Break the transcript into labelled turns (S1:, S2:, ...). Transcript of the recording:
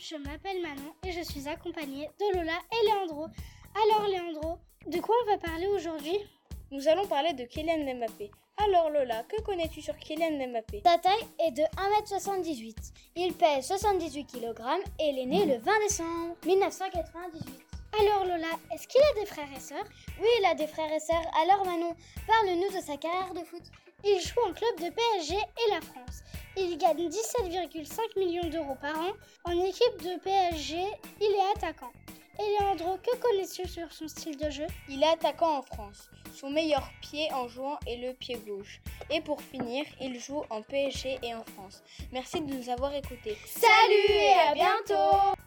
S1: je m'appelle Manon et je suis accompagnée de Lola et Léandro. Alors Léandro, de quoi on va parler aujourd'hui
S2: Nous allons parler de Kylian Mbappé. Alors Lola, que connais-tu sur Kylian Mbappé
S3: Sa taille est de 1m78. Il pèse 78 kg et il est né le 20 décembre 1998.
S1: Alors Lola, est-ce qu'il a des frères et sœurs
S3: Oui, il a des frères et sœurs. Alors Manon, parle-nous de sa carrière de foot.
S1: Il joue en club de PSG et la France. Il gagne 17,5 millions d'euros par an. En équipe de PSG, il est attaquant. Et Leandro, que connais-tu sur son style de jeu
S2: Il est attaquant en France. Son meilleur pied en jouant est le pied gauche. Et pour finir, il joue en PSG et en France. Merci de nous avoir écoutés.
S4: Salut et à bientôt